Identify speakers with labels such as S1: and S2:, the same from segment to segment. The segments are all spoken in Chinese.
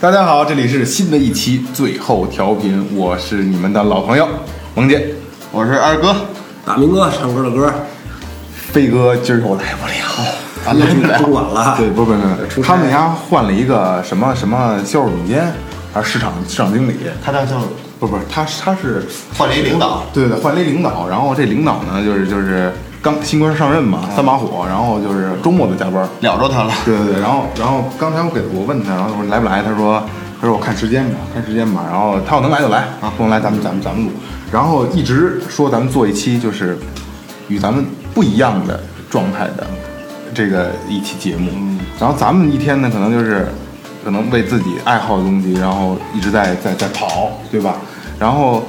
S1: 大家好，这里是新的一期最后调频，我是你们的老朋友萌姐，
S2: 我是二哥，
S3: 大明哥唱歌的歌，
S1: 飞哥今儿又来不 了。
S3: 啊，那就不管了。
S1: 对，不是不是不是，
S3: 出差
S1: 他们家换了一个什么什么销售总监还是市场市场经理？
S2: 他当教授，
S1: 不不，他他是
S2: 换了一领导，
S1: 对对，换了一领导，然后这领导呢，就是就是刚新官上任
S2: 啊
S1: 嘛，三把火，然后就是周末都加班。
S2: 了着他了。
S1: 对对对，然后然后刚才我给我问他，然后我说来不来，他说他说我看时间吧，看时间吧，然后他要能来就来啊，不能来咱们咱们咱们录，然后一直说咱们做一期就是与咱们不一样的状态的这个一期节目，然后咱们一天呢可能就是可能为自己爱好的东西，然后一直在在在跑，对吧？然后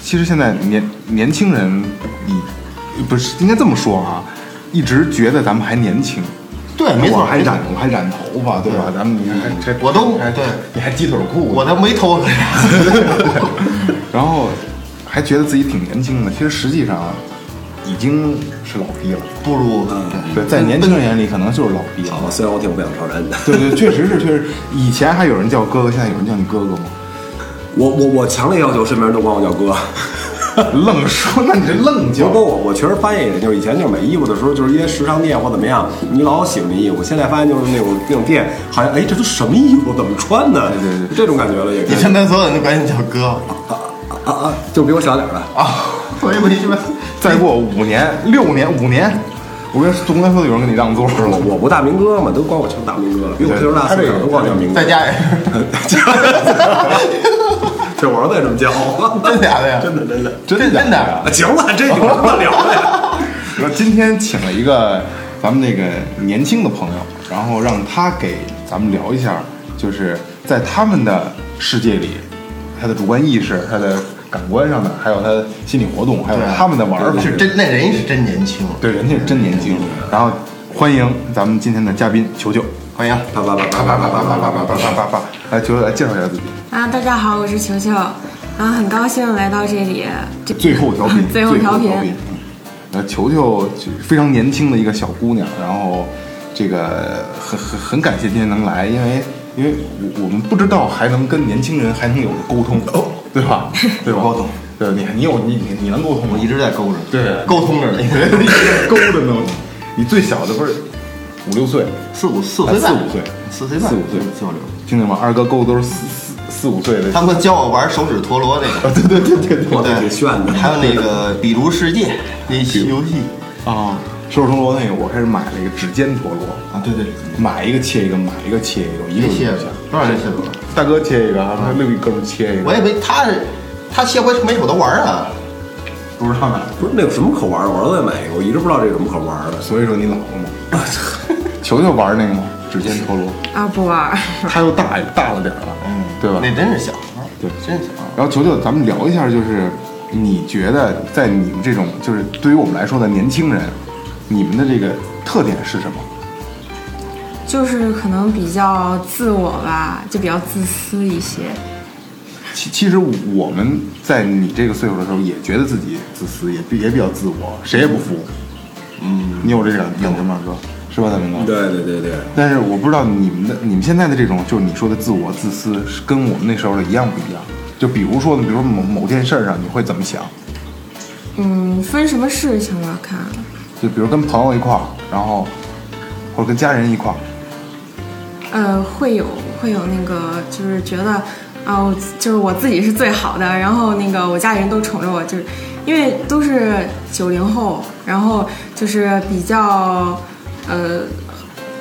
S1: 其实现在年年轻人，你不是应该这么说啊，一直觉得咱们还年轻。
S2: 对，没
S1: 我
S2: 错，
S1: 还
S2: 没错
S1: 染我还染头发，对吧？咱们你还还
S2: 我都哎
S1: 还
S2: 对
S1: 你还鸡腿裤，
S2: 我都没偷过呀。
S1: 然后还觉得自己挺年轻的，其实实际上已经是老逼了。嗯
S2: 不如
S1: 对，在年轻人眼里可能就是老逼了。
S3: 好，虽然我挺不想承认的，
S1: 对对，确实是确实，以前还有人叫哥哥，现在有人叫你哥哥吗？
S3: 我我我强烈要求身边人都管我叫哥。
S1: 愣说，那你这愣
S3: 其实
S1: 叫
S3: 不，。我我确实发现一点，就是以前就是买衣服的时候，就是一些时尚店或怎么样，你老喜欢这衣服，现在发现就是那种那种店，好像哎，这都什么衣服，怎么穿呢？
S1: 对对对
S3: 这种感觉了也
S2: 你
S3: 开始。
S2: 身边所有人都管你叫哥
S3: 啊啊，就比我小点儿的，
S2: 啊，我以为什么？
S1: 再过五年、六年、五年，我跟总来说有人给你让座
S3: 我
S1: 了。
S3: 我不大明哥嘛，都管我叫大明哥了，比我岁数大
S1: 他这
S3: 岁
S1: 个
S3: 数都管我叫明哥
S2: 在。家也是，
S3: 对，我儿子也这么叫 我。
S2: 真假的呀？
S3: 真的真的。
S1: 真的
S2: 真的啊
S3: 啊，行了，这你们不聊了呀。
S1: 我今天请了一个咱们那个年轻的朋友，然后让他给咱们聊一下，就是在他们的世界里，他的主观意识、他的感官上的，还有他心理活动，还有他们的 玩法，
S2: 是真，那人是真年轻。
S1: 对人家是真年轻。然后欢迎咱们今天的嘉宾球球，
S2: 欢迎，
S3: 叭叭叭叭叭叭叭叭叭叭
S1: 叭叭叭，来球球来介绍一下自己，
S4: 啊，大家好，我是球球，然后很高兴来到这里。这，
S1: 最后调频
S4: 最后调频
S1: 最后调频。嗯呃，球球就是非常年轻的一个小姑娘，然后这个很很很感谢今天能来，因为因为我我们不知道还能跟年轻人还能有沟通，对吧？对吧？
S2: 沟通，
S1: 对你你有你你你能沟通吗？
S2: 我一直在勾着，
S1: 对
S2: 沟通着呢，
S1: 你 这勾着呢，你最小的不是五六岁，
S2: 四五四
S1: 才
S2: 岁
S1: 啊四
S2: 半，
S1: 五岁，
S2: 四岁半，
S1: 四五岁
S2: 四五六。
S1: 听见吗？二哥勾的都是四四四五岁的，
S2: 他们教我玩手指陀螺那个，
S1: 对对对对对
S3: 我的挺炫的。
S2: 还有 那个比如世界那游戏
S1: 啊！手指陀螺那个，我开始买了一个指尖陀螺。
S2: 啊，对对，
S1: 买一个切一个，买一个切一个，一个
S2: 一
S1: 一
S2: 切
S1: 个
S2: 了多少人切过？
S1: 大哥切一个，然后另一哥们儿切一个，
S2: 我也没他他切回每手都玩啊，
S1: 不知道呢。
S3: 不是那有什么可玩儿的？我儿子也买一个，我一直不知道这有什么可玩儿的。
S1: 所以说你老了嘛。 球球玩那个吗？指尖陀螺，
S4: 啊，不玩儿。
S1: 他又大大了点儿了，嗯，对吧？
S2: 那真是小孩儿，
S1: 对
S2: 真是小孩儿。
S1: 然后球球，咱们聊一下，就是你觉得在你们这种，就是对于我们来说的年轻人，你们的这个特点是什么？
S4: 就是可能比较自我吧，就比较自私一些。
S1: 其其实我们在你这个岁数的时候，也觉得自己自私，也比也比较自我，谁也不服。嗯，你有这感感觉吗，哥？是吧，大明哥？
S3: 对对对对，
S1: 但是我不知道你们的你们现在的这种，就是你说的自我自私，是跟我们那时候的一样不一样？就比如说，比如说某某件事儿上，你会怎么想？
S4: 嗯，分什么事情了看，啊
S1: 就比如跟朋友一块儿，然后或者跟家人一块儿，
S4: 呃，会有会有那个，就是觉得啊，我就是我自己是最好的，然后那个我家里人都宠着我，就是因为都是九零后，然后就是比较呃。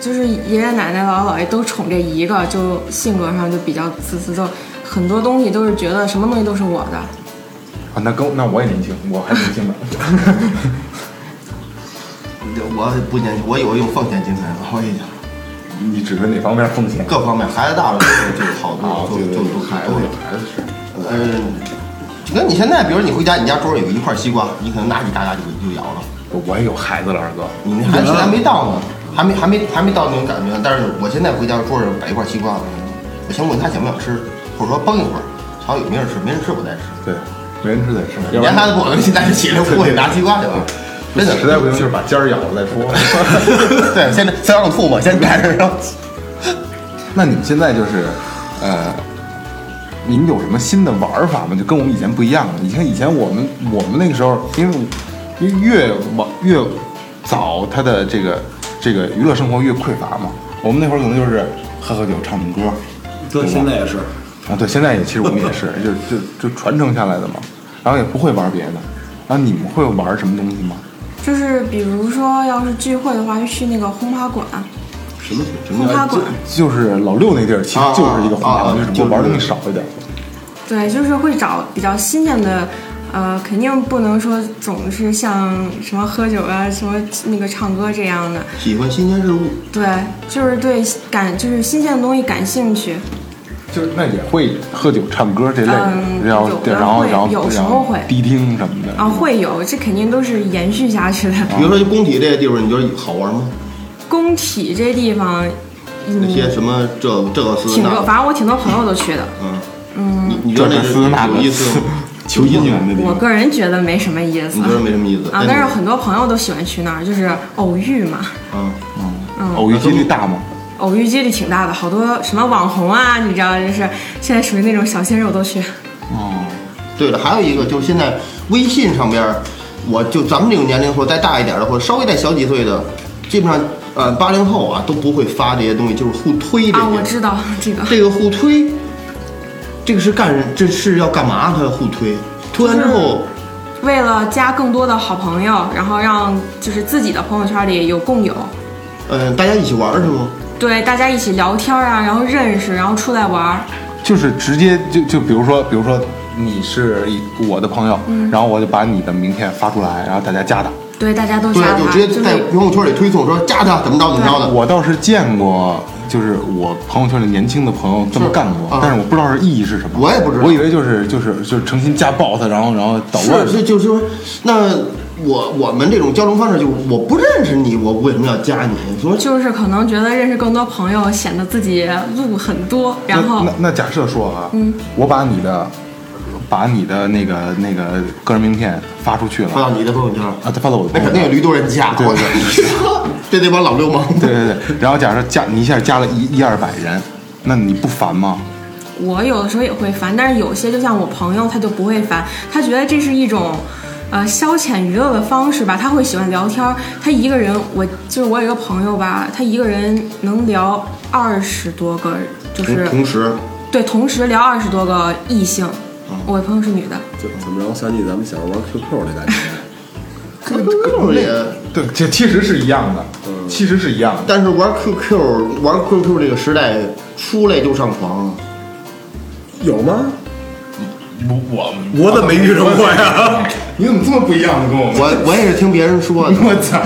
S4: 就是爷爷奶奶、姥姥姥爷都宠这一个，就性格上就比较自私，就很多东西都是觉得什么东西都是我的，
S1: 啊，那跟那我也年轻，我还年轻呢。啊
S2: 我不年轻，我有一种奉献精神，我跟你讲，
S1: 你指的哪方面风险？
S2: 各方面孩子大了就就好
S1: 啊，
S2: 多，
S1: 对
S2: 就
S1: 对
S2: 就
S1: 对，
S2: 就
S1: 孩子
S2: 多了
S1: 有孩子是。
S2: 嗯，就跟你现在，比如你回家，你家桌上有一块西瓜，你可能拿起大牙就就咬了。
S1: 我也有孩子了，二哥。
S2: 你那还现在没到呢，还没还没还没到那种感觉。但是我现在回家桌上摆一块西瓜，我先问他想不想吃，或者说崩一会儿，瞧有没人吃，没人吃我再吃。
S1: 对，没人吃得吃，要不
S2: 连
S1: 然
S2: 孩子不可能现在就起来过去拿西瓜去了，真的
S1: 实在不行就是把尖儿咬了再说。
S2: 对，先先让我吐吧，先干着。
S1: 那你们现在就是，呃，你们有什么新的玩法吗？就跟我们以前不一样了。你看以前我们我们那个时候，因为因为越往越早，他的这个这个娱乐生活越匮乏嘛。我们那会儿可能就是喝喝酒、唱唱歌，
S3: 对，现在也是。
S1: 啊，对，现在也其实我们也是，就就就传承下来的嘛。然后也不会玩别的。然后你们会玩什么东西吗？
S4: 就是比如说，要是聚会的话，就去那个轰趴馆，
S2: 什么什
S4: 轰趴馆，
S1: 就是老六那地儿，其实就是一个红
S2: 啊啊
S1: 场，
S2: 啊
S1: 就只不过玩东西少一点。
S4: 对，就是会找比较新鲜的，呃，肯定不能说总是像什么喝酒啊、什么那个唱歌这样的，
S2: 喜欢新鲜事物，
S4: 对，就是对感就是新鲜的东西感兴趣，
S1: 就是那也会喝酒、唱歌这类的，
S4: 嗯
S1: 然后
S4: 有的
S1: 然后
S4: 会
S1: 然后
S4: 有时
S1: 然
S4: 候
S1: 后
S4: 会
S1: 迪厅什么的
S4: 啊，会有，这肯定都是延续下去的。
S2: 比如说就工体这个地方，你觉得好玩吗？
S4: 工体这地方，
S2: 那
S4: 嗯，
S2: 些什么这这个斯
S4: 挺
S2: 那
S4: 多，
S2: 个，
S4: 反正我挺多朋友都去的。
S2: 嗯嗯，你你觉得
S1: 这
S2: 那
S1: 个
S2: 是
S1: 斯那个
S2: 有意思吗？
S1: 求姻缘的地
S4: 我
S1: 方。
S4: 个人觉得没什么意
S2: 嗯
S4: 思
S2: 你觉得没嗯什么意思
S4: 啊，但是很多朋友都喜欢去那儿，就是偶遇嘛，
S2: 嗯，
S1: 偶遇几率大吗？
S4: 偶遇几率挺大的，好多什么网红啊，你知道，就是现在属于那种小鲜肉都去。
S1: 哦，
S2: 对了，还有一个就是现在微信上边儿，我就咱们这个年龄或者再大一点的，或者稍微再小几岁的，基本上呃八零后啊都不会发这些东西，就是互推这些。
S4: 啊，我知道这个，
S2: 这个互推，这个是干这是要干嘛？他互推，推完之后，
S4: 为了加更多的好朋友，然后让就是自己的朋友圈里有共有，
S2: 嗯、大家一起玩儿是吗？
S4: 对，大家一起聊天啊，然后认识，然后出来玩儿。
S1: 就是直接就就比如说比如说你是一我的朋友，
S4: 嗯
S1: 然后我就把你的名片发出来，然后大家加他。
S4: 对，大家都
S2: 对啊
S4: 加，
S2: 就
S4: 他，
S2: 直接在
S4: 是
S2: 朋友圈里推送说加他怎么着怎么着的。
S1: 我倒是见过，就是我朋友圈里年轻的朋友这么
S2: 是
S1: 干过
S2: 啊，
S1: 但是我不知道是意义是什么。
S2: 我也不知道
S1: 我以为就是就是就是诚心家暴他，然后然后捣乱
S2: 是，。这就是说，那我我们这种交流方式就是我不认识你，我为什么要加你？你说
S4: 就是可能觉得认识更多朋友，显得自己路很多，然后嗯
S1: 那那那假设说啊，我把你的把你的那个那个个人名片发出去了
S2: 发到你的朋友圈，
S1: 啊，他发到我的
S2: 那
S1: 朋友
S2: 肯定有
S1: 圈
S2: 驴多人加，
S1: 对
S2: 我 操，这得帮老流氓。
S1: 对对对，然后假设加你一下加了一一二百人，那你不烦吗？
S4: 我有的时候也会烦，但是有些就像我朋友，他就不会烦，他觉得这是一种。呃，消遣娱乐的方式吧，他会喜欢聊天儿。他一个人，我就是我有一个朋友吧，他一个人能聊二十多个，就是
S2: 同时，
S4: 对，同时聊二十多个异性。
S2: 嗯
S4: 我朋友是女的，
S3: 就怎么着？想起咱们小时候玩 QQ 的感觉，
S2: QQ 也，
S1: 对，这其实是一样的，其实是一样的。
S2: 但是玩 QQ 玩 QQ 这个时代，出来就上床，
S3: 有吗？
S1: 我我
S3: 我怎么没遇着过呀？
S1: 你怎么这么不一样呢？跟我们，
S2: 我我也是听别人 说的，
S1: 我操，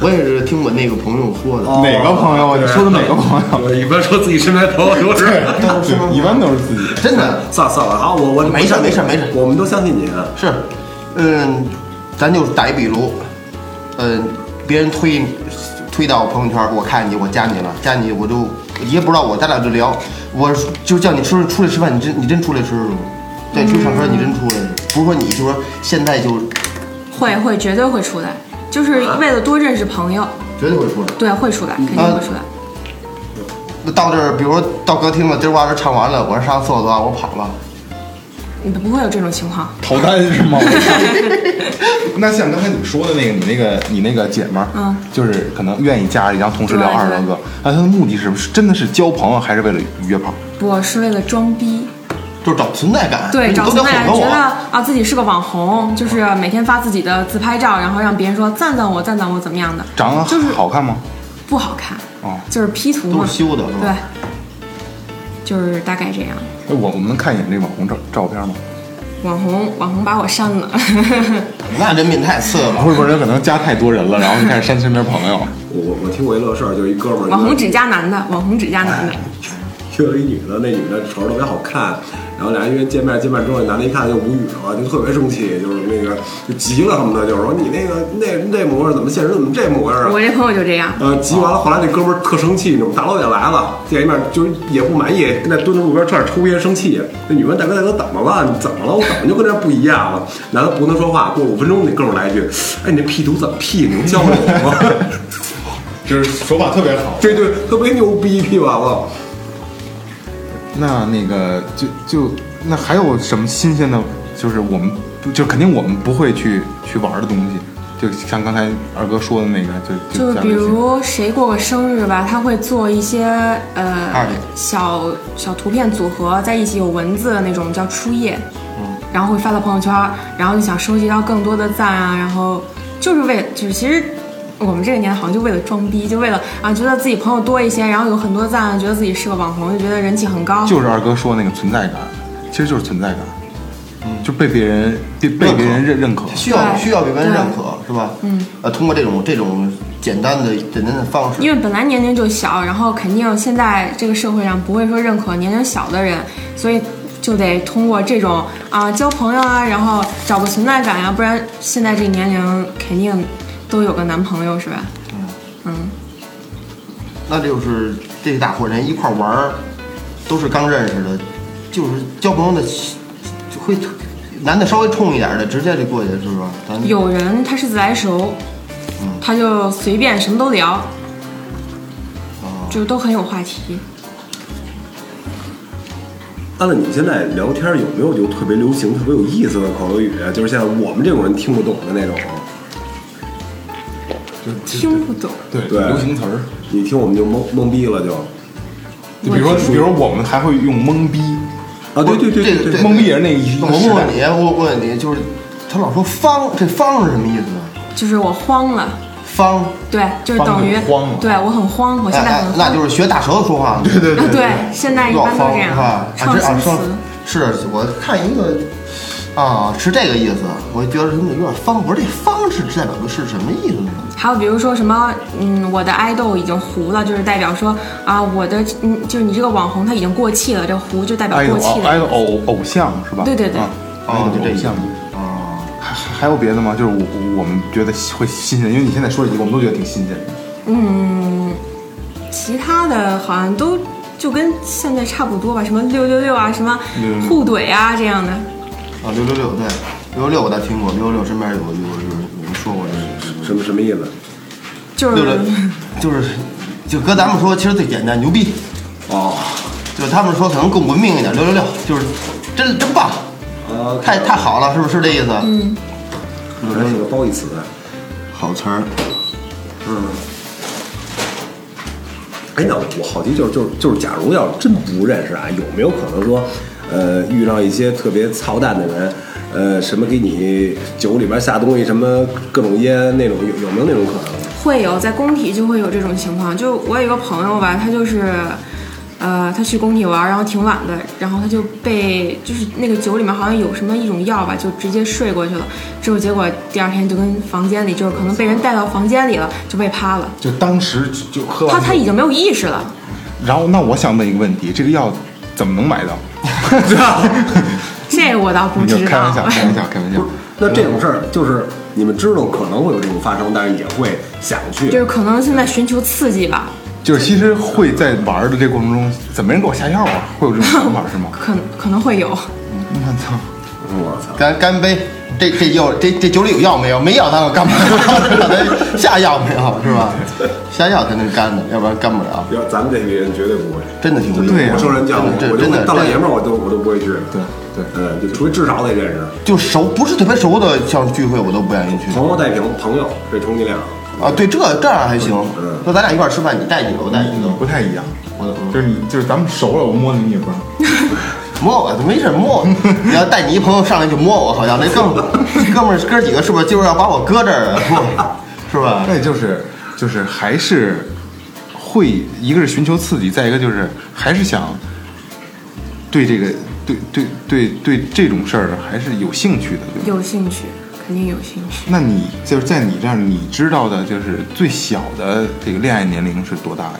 S2: 我也是听我那个朋友说的。
S1: 哪个朋友啊？你说的哪个朋友？
S3: 我一般说自己身边朋友都是。
S1: 对，一般都是自己。
S2: 真的
S3: 算了算了，好，我我
S2: 没事没事没事
S3: 我们都相信你。啊
S2: 是，嗯，咱就打一比如，嗯，别人推推到朋友圈，我看你，我加你了，加你我就你也不知道我，咱俩就聊，我就叫你吃出来吃饭，你真你真出来吃是吗？对，去上车你真出来，不是说你就说现在就
S4: 会
S2: 嗯
S4: 会绝对会出来，就是
S2: 啊
S4: 为了多认识朋友，
S2: 绝对会出来。
S4: 对，会出来，肯定
S2: 啊
S4: 会出来。
S2: 那到这儿，比如说到歌厅了，今儿晚上唱完了，我说上厕所啊，我跑了，
S4: 你不会有这种情况，
S1: 逃单是 吗？那像刚才你说的那个，你那个你那个姐们儿，
S4: 嗯
S1: 就是可能愿意加，然后同时聊
S4: 对
S1: 二十多个，那她的目的是是真的是交朋友，还是为了约炮？
S4: 我是为了装逼。
S2: 就是找存在感，
S4: 对，
S2: 啊你
S4: 找
S2: 都
S4: 存
S2: 得
S4: 在
S2: 哄着
S4: 感，觉
S2: 我
S4: 得。啊自己是个网红，就是每天发自己的自拍照，然后让别人说赞赞我，赞赞我怎么样的，
S1: 长得
S4: 就是
S1: 好看吗？
S4: 不好看，
S1: 哦
S4: 就是 P 图
S2: 都
S4: 嘛，
S2: 是修的是吧
S4: 对，就是大概这样。
S1: 哎我我们能看一眼这网红照照片吗？
S4: 网红网红把我删了，
S2: 那人品太次了，
S1: 会不会有可能加太多人了，然后就开始删身边朋友？
S3: 我我我听过一乐事儿，就是一哥们儿
S4: 网红指甲男的，网红指甲男的，
S2: 哎
S3: 约了一女的，那女的瞅着特别好看，然后俩人约见面，见面之后，那男的一看就无语了，就特别生气，就是那个就急了，恨不得就是说你那个那那模样怎么现实怎么这模样啊
S4: 我？这朋友就这样。
S3: 呃，急完了，后来那哥们儿特生气，你知道吗？大老远来了，见一面就是也不满意，跟那蹲在路边差点抽烟生气。那女问大哥大哥怎么了？你怎么了？我怎么就跟这不一样了？男的不能说话，过了五分钟，那哥们儿来一句：“哎，你那 P 图怎么 P？你能教教我吗？”
S1: 就是手法特别好。
S3: 这对特别牛逼，P 完了。
S1: 那那个就就那还有什么新鲜的？就是我们就肯定我们不会去去玩的东西，就像刚才二哥说的那个，就
S4: 就是
S1: 加
S4: 比
S1: 微信
S4: 如谁过个生日吧，他会做一些呃
S2: Party
S4: 小小图片组合在一起，有文字的那种叫初夜，然后会发到朋友圈，然后就想收集到更多的赞啊，然后就是为就是其实我们这个年好像就为了装逼，就为了啊觉得自己朋友多一些，然后有很多赞，觉得自己是个网红，就觉得人气很高，
S1: 就是二哥说那个存在感，其实就是存在感，
S2: 嗯
S1: 就被别人被被别人认认可。
S2: 需要
S4: 对
S2: 需要被别人
S4: 对
S2: 认可，是吧？嗯，呃，通过这种这种简单的简单的方式，
S4: 因为本来年龄就小，然后肯定现在这个社会上不会说认可年龄小的人，所以就得通过这种啊、交朋友啊，然后找个存在感啊呀、不然现在这个年龄肯定都有个男朋友是吧？
S2: 那就是这些大伙人一块儿玩儿，都是刚认识的，就是交朋友的，就会男的稍微冲一点的，直接就过去，是吧？咱
S4: 有人他是自来熟，
S2: 嗯
S4: 他就随便什么都聊，
S2: 哦
S4: 就都很有话题。
S3: 按照你们现在聊天，有没有就特别流行、特别有意思的口头语？啊就是像我们这种人听不懂的那种。
S4: 听不懂，
S1: 对
S3: 对
S1: 流行词儿。
S3: 你听我们就懵懵逼了就，
S1: 就比如说，比如说我们还会用懵逼，
S3: 啊，对对对
S2: 这个
S3: 对
S2: 对
S1: 懵逼也是那一一
S2: 我
S1: 个时
S2: 问
S1: 代
S2: 问。你，我问问你，就是他老说方，这方是什么意思呢？
S4: 就是我慌了，
S2: 方，
S4: 对，就是
S1: 慌
S4: 等于
S1: 就慌了
S4: 对我很慌，我
S2: 哎
S4: 现在
S2: 哎
S4: 很，
S2: 那
S4: 慌。
S2: 就是学大舌头说话。对
S1: 对
S4: 啊，对，现在一般都这样
S2: 啊，，啊
S4: 创
S2: 这啊
S4: 新
S2: 双
S4: 词。
S2: 是我看一个啊是这个意思，我觉得他们有点方，我说这方是代表的是什么意思呢？
S4: 还有比如说什么，嗯，我的爱豆已经糊了，就是代表说啊，我的，嗯，就是你这个网红他已经过气了，这糊就代表
S1: 爱
S4: 过气
S1: 偶
S4: 了。
S1: 爱偶偶像是吧？
S4: 对对对
S1: 啊
S2: 哦就这
S1: 偶
S2: 意思
S1: 像。
S2: 啊，
S1: 还还还有别的吗？就是我我我们觉得会新鲜，因为你现在说这几个，我们都觉得挺新鲜的。
S4: 其他的好像都就跟现在差不多吧，什么六六六啊，什么
S1: 嗯
S4: 互怼啊这样的。
S2: 啊六六六对，六六六我倒听过，六六六身边有有有有人说过这个
S3: 什么什么意思？
S4: 就
S2: 六
S4: 是
S2: 六 就是就搁咱们说其实最简单牛逼，
S3: 哦，
S2: 就是他们说可能更文明一点，六六六就是真真棒，
S3: 啊，
S2: 太太，好了，是不是是这意思？嗯，
S3: 还是个褒义词。啊
S2: 好词儿。
S3: 嗯。哎，那我好奇就是就是就是，假如要真不认识啊，有没有可能说，呃，遇到一些特别操蛋的人，呃，什么给你酒里边下东西，什么各种烟那种，有有没有那种可能？
S4: 会有在工体就会有这种情况。就我有一个朋友吧，他就是，呃，他去工体玩，然后挺晚的，然后他就被就是那个酒里面好像有什么一种药吧，就直接睡过去了。之后结果第二天就跟房间里就是可能被人带到房间里了，就被趴了。
S1: 就当时就就喝完
S4: 他
S1: 酒
S4: 他已经没有意识了，
S1: 然后那我想问一个问题，这个药怎么能买到？
S4: 这个我倒不
S1: 你就
S4: 知
S1: 开
S4: 道
S1: 玩笑，。开玩笑，开玩笑。
S3: 那这种事儿就是你们知道可能会有这种发生，但是也会想去。
S4: 就是可能现在寻求刺激吧，？
S1: 就是其实会在玩的这过程中，怎么没人给我下药啊？会有这种想法是吗
S4: 可可能会有。
S1: 我操！
S3: 我操！
S2: 干干杯！这这药这这酒里有药没有？没药咱可干不了，咱下药没有是吧？下药才能干的，要不然干不了。
S3: 要咱们这批人绝对不会。
S2: 真的挺危
S1: 对
S2: 险
S1: 呀
S3: 我
S2: 的，
S3: 受人教育，
S2: 真的
S3: 我就
S2: 真的
S3: 大老爷们
S2: 真的
S3: 儿，我都我都不会去的。
S1: 对对
S3: 嗯，就除非至少得认识
S2: 就熟不是特别熟的，像聚会我都不愿意去。
S3: 朋友带瓶朋友，这充其量。
S2: 啊，对，这这样还行
S3: 嗯。
S2: 那咱俩一块儿吃饭，你带几个，我带一个。
S1: 不太一样，
S2: 我我
S1: 就是你就是咱们熟了，我摸你你也不让。
S2: 摸我，没事摸我。你要带你一朋友上来就摸我，好像那 更哥们儿哥几个是不是就是要把我搁这儿啊？是吧？
S1: 那就是就是还是会一个是寻求刺激，再一个就是还是想对这个对对对对这种事儿还是有兴趣的，对吧？
S4: 有兴趣，肯定有兴趣。
S1: 那你就是在你这儿，你知道的就是最小的这个恋爱年龄是多大呀？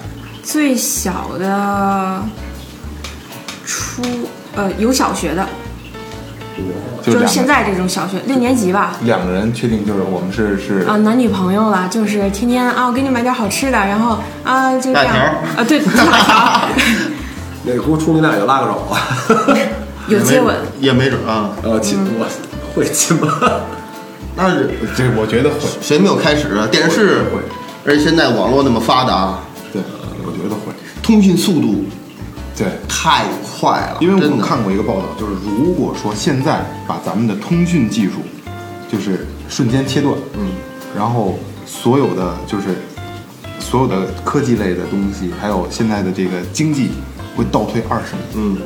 S4: 最小的初呃有小学的，
S1: 就
S4: 就是
S1: 两
S4: 现
S1: 个
S4: 在这种小学六年级吧。
S1: 两个人确定就是我们是是
S4: 啊，男女朋友了，就是天天啊，我给你买点好吃的，然后啊，就这
S2: 辣
S4: 样
S2: 条
S4: 啊， 对，辣条
S3: 那给我出那俩就拉个手啊，
S4: 有接吻，
S2: 也没准啊。
S3: 呃，亲，我会亲吗？
S2: 那是
S1: 这我觉得会，
S2: 谁没有开始啊？电视
S1: 会，
S2: 而且现在网络那么发达，
S1: 对，我觉得会，
S2: 通讯速度
S1: 对，
S2: 太快了，
S1: 因为
S2: 真
S1: 我
S2: 的
S1: 看过一个报道，就是如果说现在把咱们的通讯技术，就是瞬间切断，嗯，然后所有的就是所有的科技类的东西，还有现在的这个经济会倒退二十年，嗯，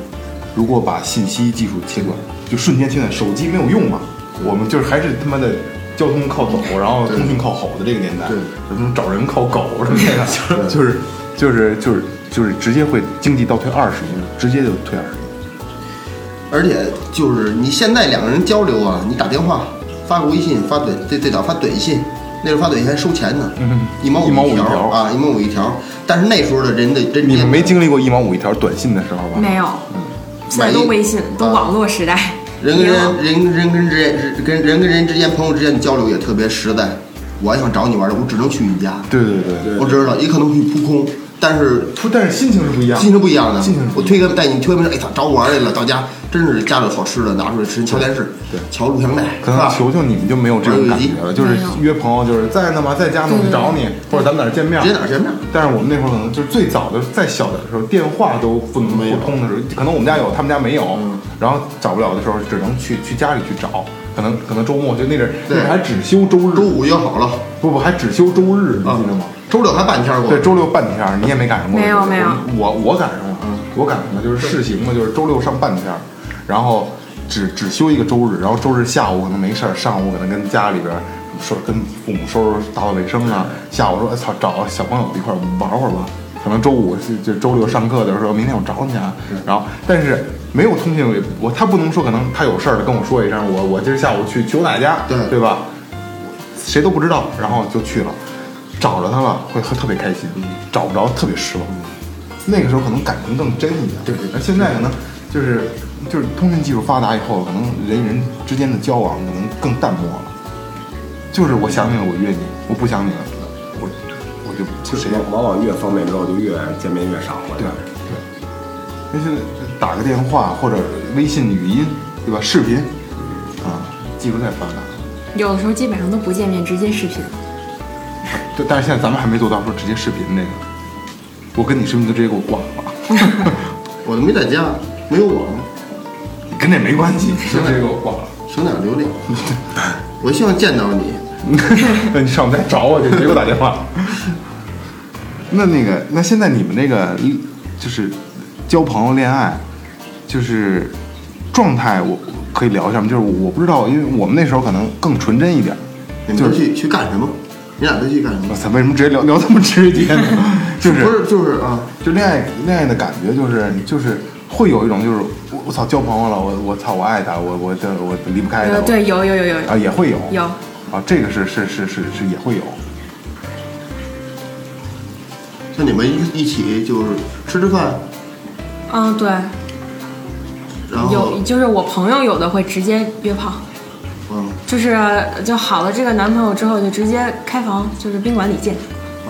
S1: 如果把信息技术切断，就瞬间切断，手机没有用嘛，我们就是还是他妈的。交通靠走，然后通讯靠吼的这个年代，
S2: 对
S1: 什么找人靠狗什么的， 就是就是就是就是直接会经济倒退二十年，直接就退二十年。
S2: 而且就是你现在两个人交流啊，你打电话、发个微信、发短最最早发短信，那时候发短信还收钱呢，一毛
S1: 嗯一毛五
S2: 一
S1: 一条
S2: 啊，一毛五一条。但是那时候的人的人
S1: 你们没经历过一毛五一条短信的时候吧？
S4: 没有，现在都微信，都网络时代，
S2: 人跟
S4: 联网
S2: 人人人跟人人跟人跟人之间朋友之间的交流也特别实在。我要想找你玩儿，我只能去你家，
S1: 对对对对。
S2: 我知道也可能会扑空，但是
S1: 不，但是心情是不一样的。
S2: 心情不一样的。
S1: 心情是不
S2: 我
S1: 一样
S2: 推开带你推开门，哎操，找我玩来了，到家真是家里有好吃的，拿出来吃，瞧电视，
S1: 对
S2: 瞧录像带，
S1: 的。可
S2: 是
S1: 能
S2: 吧
S1: 球球你们就没有这种感觉了，就是
S4: 没有
S1: 约朋友就是在呢吗？在家吗？我去找你，或者咱们哪儿见面？
S2: 直接哪儿见面？
S1: 但是我们那会儿可能就是最早的，再小的时候，电话都不能不通的时候，可能我们家有，他们家没有，然后找不了的时候，只能去去家里去找。可能可能周末就那阵儿，那
S2: 对
S1: 阵儿还只休周嗯日，
S2: 周五约好了。啊
S1: 不不还只休周日，你记得吗？
S2: 周六还半天
S1: 啊
S2: 过
S1: 对，，周六半天儿，你也没赶上过。
S4: 没有
S1: 我
S4: 没有
S1: 我我赶上了，我赶上了，就是试行嘛，就是周六上半天儿，然后只只休一个周日，然后周日下午可能没事儿，上午可能跟家里边儿收跟父母收拾打扫卫生啊，下午说哎操找小朋友一块儿玩会儿吧。可能周五是就周六上课的时候，明天我找你啊。然后，但是没有通讯，我他不能说可能他有事儿了跟我说一声，我我今儿下午去去我奶奶家，
S2: 对
S1: 对吧？谁都不知道，然后就去了，找着他了会会特别开心，找不着特别失望。那个时候可能感情更真一点，对对。而现在可能就是就是通讯技术发达以后，可能人与人之间的交往可能更淡漠了。就是我想你了，我约你；我不想你了，我我就就谁也
S3: 往往往越方便之后就越见面越少了。
S1: 对对。那现在打个电话或者微信语音，对吧？视频啊，技术太发达了。
S4: 有的时候基本上都不见面，直接视频。
S1: 对，但是现在咱们还没做到说直接视频那个。我跟你视频就直接给我挂了，
S2: 我都没在家，没有网，
S1: 跟这没关系，就直接给我挂了。
S2: 省点流量。我希望见到你。
S1: 那你上我们家找我去，别给我打电话。那那个，那现在你们那个就是交朋友、恋爱，就是状态，我可以聊一下吗？就是我不知道，因为我们那时候可能更纯真一点。
S2: 你们都去去干什么？你俩都去干什
S1: 我
S2: 么？
S1: 操，为什么直接聊聊这么直接呢？ 就是
S2: 不是就是啊，
S1: 就恋爱恋爱的感觉，就是就是会有一种就是我我操交朋友了，我我操我爱他，我我这我离不开他。
S4: 呃，对，有有有有
S1: 啊，
S4: 有，
S1: 也会有
S4: 有
S1: 啊，这个是是是是是也会有。
S2: 像你们一一起就是吃吃饭，
S4: 嗯，对，
S2: 然后
S4: 有就是我朋友有的会直接约炮，
S2: 嗯，
S4: 就是就好了这个男朋友之后就直接开房，就是宾馆里见，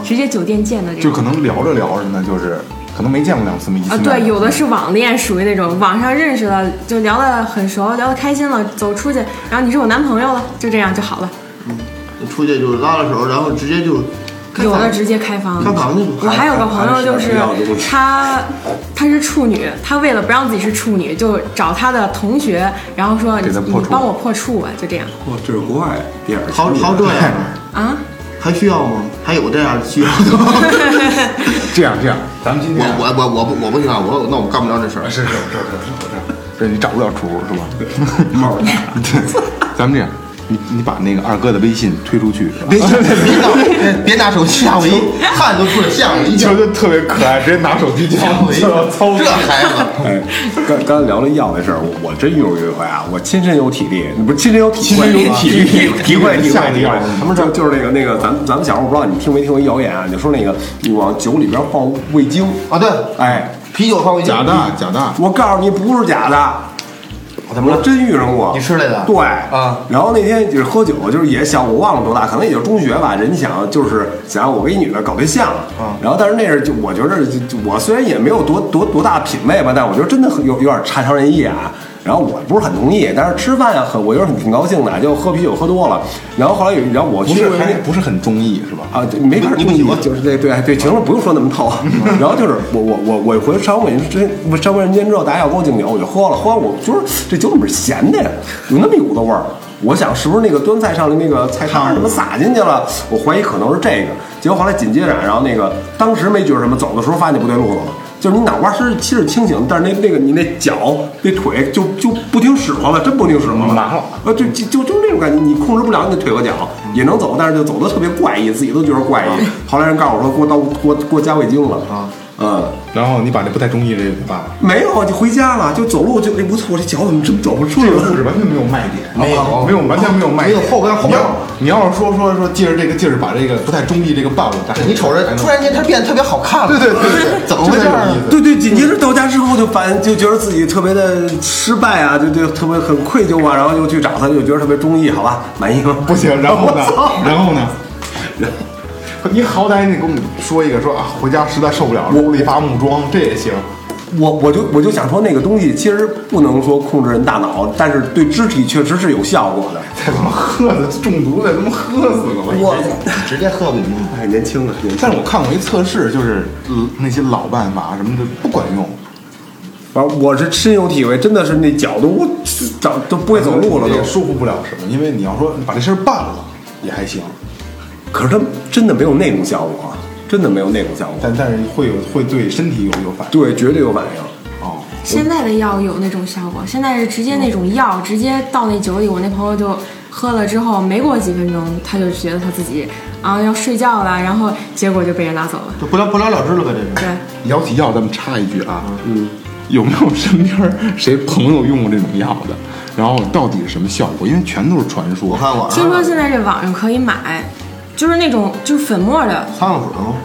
S4: 直接酒店见的这
S1: 就
S4: 种。
S1: 可能聊着聊着呢，就是可能没见过两次面，一次
S4: 啊，
S1: 面
S4: 对，有的是网恋，属于那种网上认识了，就聊得很熟，聊得开心了，走出去，然后你是我男朋友了，就这样就好了。
S2: 出去就拉拉手，然后直接就开
S4: 有
S2: 房
S4: 的直接开房。
S2: 开房去
S4: 我
S2: 吧。
S4: 还有个朋友，就是她，她是处女，她为了不让自己是处女，就找她的同学，然后说你
S1: 给她破
S4: 你
S1: 处
S4: 帮我破处吧，就这样
S3: 哇，这是国外电影，
S2: 好好这 样，
S4: 啊。
S2: 还需要吗？还有这样需要的 吗？
S1: 这样这样，咱们今
S2: 我
S1: 天
S2: 我我我不我不行啊，我那我干不了这事儿。
S1: 是是是是是是，这你找不了厨是吧？
S3: 帽儿大。
S1: 对，咱们这样，你你把那个二哥的微信推出去，
S2: 别别别拿别拿手机吓 我一汗都出来吓我一跳
S1: 就，就特别可爱，直接拿手机就
S2: 吓我一
S1: 要操
S2: 跳，这孩子。
S3: 哎，刚刚才聊了药这事儿，我我真运用一回啊，我亲身有体力，不是亲身有体会，
S1: 亲身有体力
S3: 体体会体
S1: 吓
S3: 会
S1: 一
S3: 体
S1: 跳
S3: 会。什么事儿？就是那个那个，咱们咱们小时候，我不知道你听没听过谣言啊？就说那个你往酒里边放味精，
S2: 啊，对，
S3: 哎，
S2: 啤酒放回去
S1: 假的假的，
S3: 我告诉你不是假的，
S2: 我怎么
S3: 我
S2: 了？
S3: 真遇上过。
S2: 你吃来的？
S3: 对
S2: 啊，
S3: 然后那天就是喝酒，就是也小，我忘了多大，可能也就是中学吧。人想就是想让我跟一女的搞对象，
S2: 啊
S3: 然后但是那是就我觉得就就我虽然也没有多多多大品味吧，但我觉得真的很有有点差强人意啊。然后我不是很同意，但是吃饭啊，很我觉得很挺高兴的，就喝啤酒喝多了。然后后来有，然后我
S1: 不
S3: 去
S1: 是还是不是很中意是吧？
S3: 啊，对没法你
S2: 你不
S3: 你
S2: 喜欢嗯
S3: 就是对对哎对，行了，不用说那么透。 然后就是我我我我回上过人之我上过人间之后，大家要给我敬酒，我就喝了，喝完我就是这酒里面咸的呀，有那么一股子味儿。我想是不是那个端菜上的那个菜汤什么撒进去了？我怀疑可能是这个。结果后来紧接着，然后那个当时没觉得什么，走的时候发现不对路了。就是你脑瓜是其实清醒，但是那那个你那脚那腿就就不听使唤了，真不听使唤了，
S1: 麻了
S3: 呃，就就就就那种感觉，你控制不了你的腿和脚，也能走，但是就走的特别怪异，自己都觉得怪异。后来人告诉我说，给我倒给我给我加味精了啊，嗯，
S1: 然后你把那不太中意这个办了，
S3: 没有，就回家了，就走路就哎不错，我这脚怎么真走不出来
S1: 这个故
S3: 了？
S1: 事完全没有卖点，
S2: 没有
S1: 没有完全没有卖点，
S2: 没有后边后边
S1: 你要你要是说说说借着这个劲儿把这个不太中意这个办了，但是
S2: 你瞅着，突然间他变得特别好看了。
S1: 哎对对对对，
S2: 怎么回事
S1: 这才有
S2: 啊
S1: 意？思
S3: 对对，紧接着到家之后就反就觉得自己特别的失败啊，就就特别很愧疚啊，然后又去找他，就觉得特别中意，好吧，满意吗？
S1: 不行，然后呢
S3: 我操？
S1: 然后呢？你好歹你给我们说一个，说啊，回家实在受不了，揉了一发木桩，这也行。
S3: 我我就我就想说，那个东西其实不能说控制人大脑，但是对肢体确实是有效果的。
S1: 再他妈喝死，中毒再他妈喝死了吧！
S3: 我
S2: 直接喝不嗯赢。
S3: 哎，年轻啊，年轻。
S1: 但是我看过一测试，就是、呃、那些老办法什么的不管用，
S3: 反正我是深有体会，真的是那脚都我长都不会走路了
S1: 也
S3: 都。
S1: 舒服不了什么。因为你要说把这事儿办了也还行，
S3: 可是它真的没有那种效果，啊真的没有那种效果。
S1: 但但是会有会对身体有有反应。
S3: 对，绝对有反应。
S1: 哦，
S4: 现在的药有那种效果，现在是直接那种药直接倒那酒里，我那朋友就喝了之后，没过几分钟他就觉得他自己啊要睡觉了，然后结果就被人拿走了。
S2: 就不了不了了之了呗，这是。
S4: 对，
S1: 聊起药，咱们插一句啊，嗯，有没有身边儿谁朋友用过这种药的？然后到底是什么效果？因为全都是传说。
S2: 我啊看网
S4: 听
S2: 上
S4: 说现在这网上可以买，就是那种就是粉末的，
S2: 苍蝇粉吗？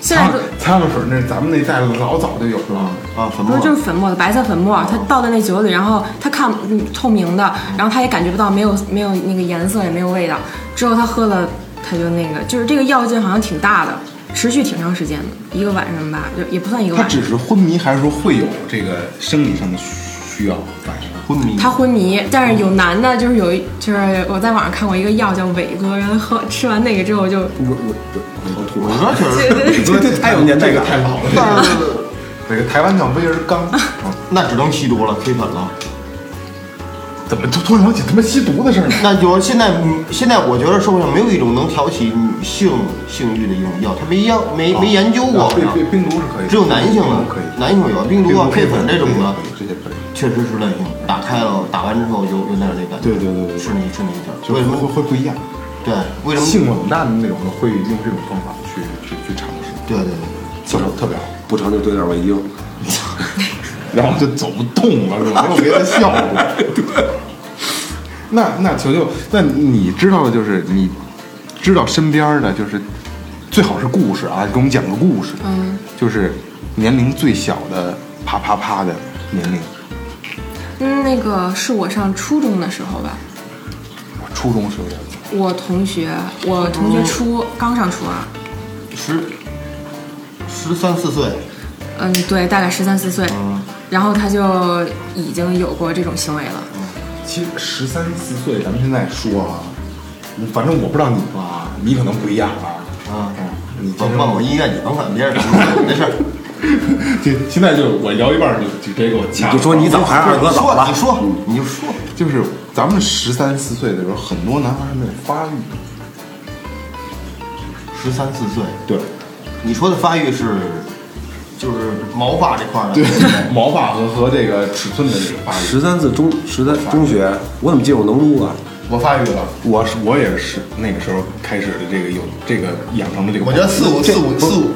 S4: 现
S1: 啊
S4: 在就
S1: 苍蝇水那咱们那代老早就有了。
S2: 啊，粉
S4: 不
S2: 末
S4: 是，就是粉末的白色粉末，它倒在那酒里，然后它看嗯透明的，然后它也感觉不到没有没有那个颜色也没有味道。之后他喝了，他就那个就是这个药劲好像挺大的，持续挺长时间的，一个晚上吧，就也不算一个
S1: 他
S4: 晚上
S1: 只。是昏迷，还是说会有这个生理上的需要反应？
S2: 昏迷。
S4: 他昏迷，但是有男的，就是有一，就是我在网上看过一个药叫伟哥，然后喝吃完那个之后就，
S3: 我我好土
S2: 我说确
S4: 对
S2: 实，
S4: 对对，
S3: 对对，太有年代
S1: 这
S3: 感
S1: 个太
S3: 了。
S1: 老了。
S2: 但是
S1: 那个台湾叫威尔刚，
S2: 那只能吸毒了，黑粉了。
S1: 怎么突突然聊起他妈吸毒的事儿呢？
S2: 那就是现在，嗯现在我觉得社会上没有一种能挑起女性性欲的一种药，他没药没
S1: 啊
S2: 没研究过，啊
S1: 对对，冰毒是可以的，
S2: 只有男性的
S1: 可以，
S2: 男性有病
S1: 冰
S2: 毒啊、
S1: 毒
S2: 配粉这种的，
S1: 这些可以，
S2: 确实是乱性，打开了，打完之后有有那点那感觉。
S1: 对对对对对
S2: 是那是嗯那一劲儿。
S1: 就
S2: 为
S1: 是
S2: 什
S1: 会
S2: 么？
S1: 会不一样。
S2: 对，为什么？
S1: 性冷淡的那种的会用这种方法去去去尝试，
S2: 对对对，
S1: 效果特别好，
S2: 嗯
S3: 不成就兑点味精。
S1: 然后就走不动了，是吧？没有别的效 果。 那那球球，那你知道的就是你知道身边的就是最好是故事啊，给我们讲个故事。
S4: 嗯，
S1: 就是年龄最小的啪啪啪的年龄，
S4: 嗯，那个是我上初中的时候吧，
S1: 初中时候的。
S4: 我同学，
S1: 哦
S4: 我同学初刚上初二、
S2: 十十三四岁，
S4: 嗯，对，大概十三四岁，
S1: 哦
S4: 然后他就已经有过这种行为了。
S1: 哦其实十三四岁，咱们现在说啊，反正我不知道你吧，你可能不一样啊。
S2: 啊
S1: 嗯，你
S2: 甭管我音乐，你甭管 别人，没事儿。
S1: 就现在就我聊一半儿就就直接给我掐了。
S3: 就说你早还是二哥早吧
S2: 你？说，你就说，
S1: 就是咱们十三四岁的时候，很多男孩儿没有发育。
S2: 十三四岁，
S1: 对，
S2: 你说的发育是就是毛发这块儿的，
S1: 对，毛发和和这个尺寸的这个发育。
S3: 十三次中十三中学，我怎么记得我能撸啊？
S2: 我发育了。
S1: 我是我也是那个时候开始的这个有这个养成的这个毛
S2: 我
S1: 病。
S2: 觉得四五
S1: 这
S2: 四五
S1: 不
S2: 四五，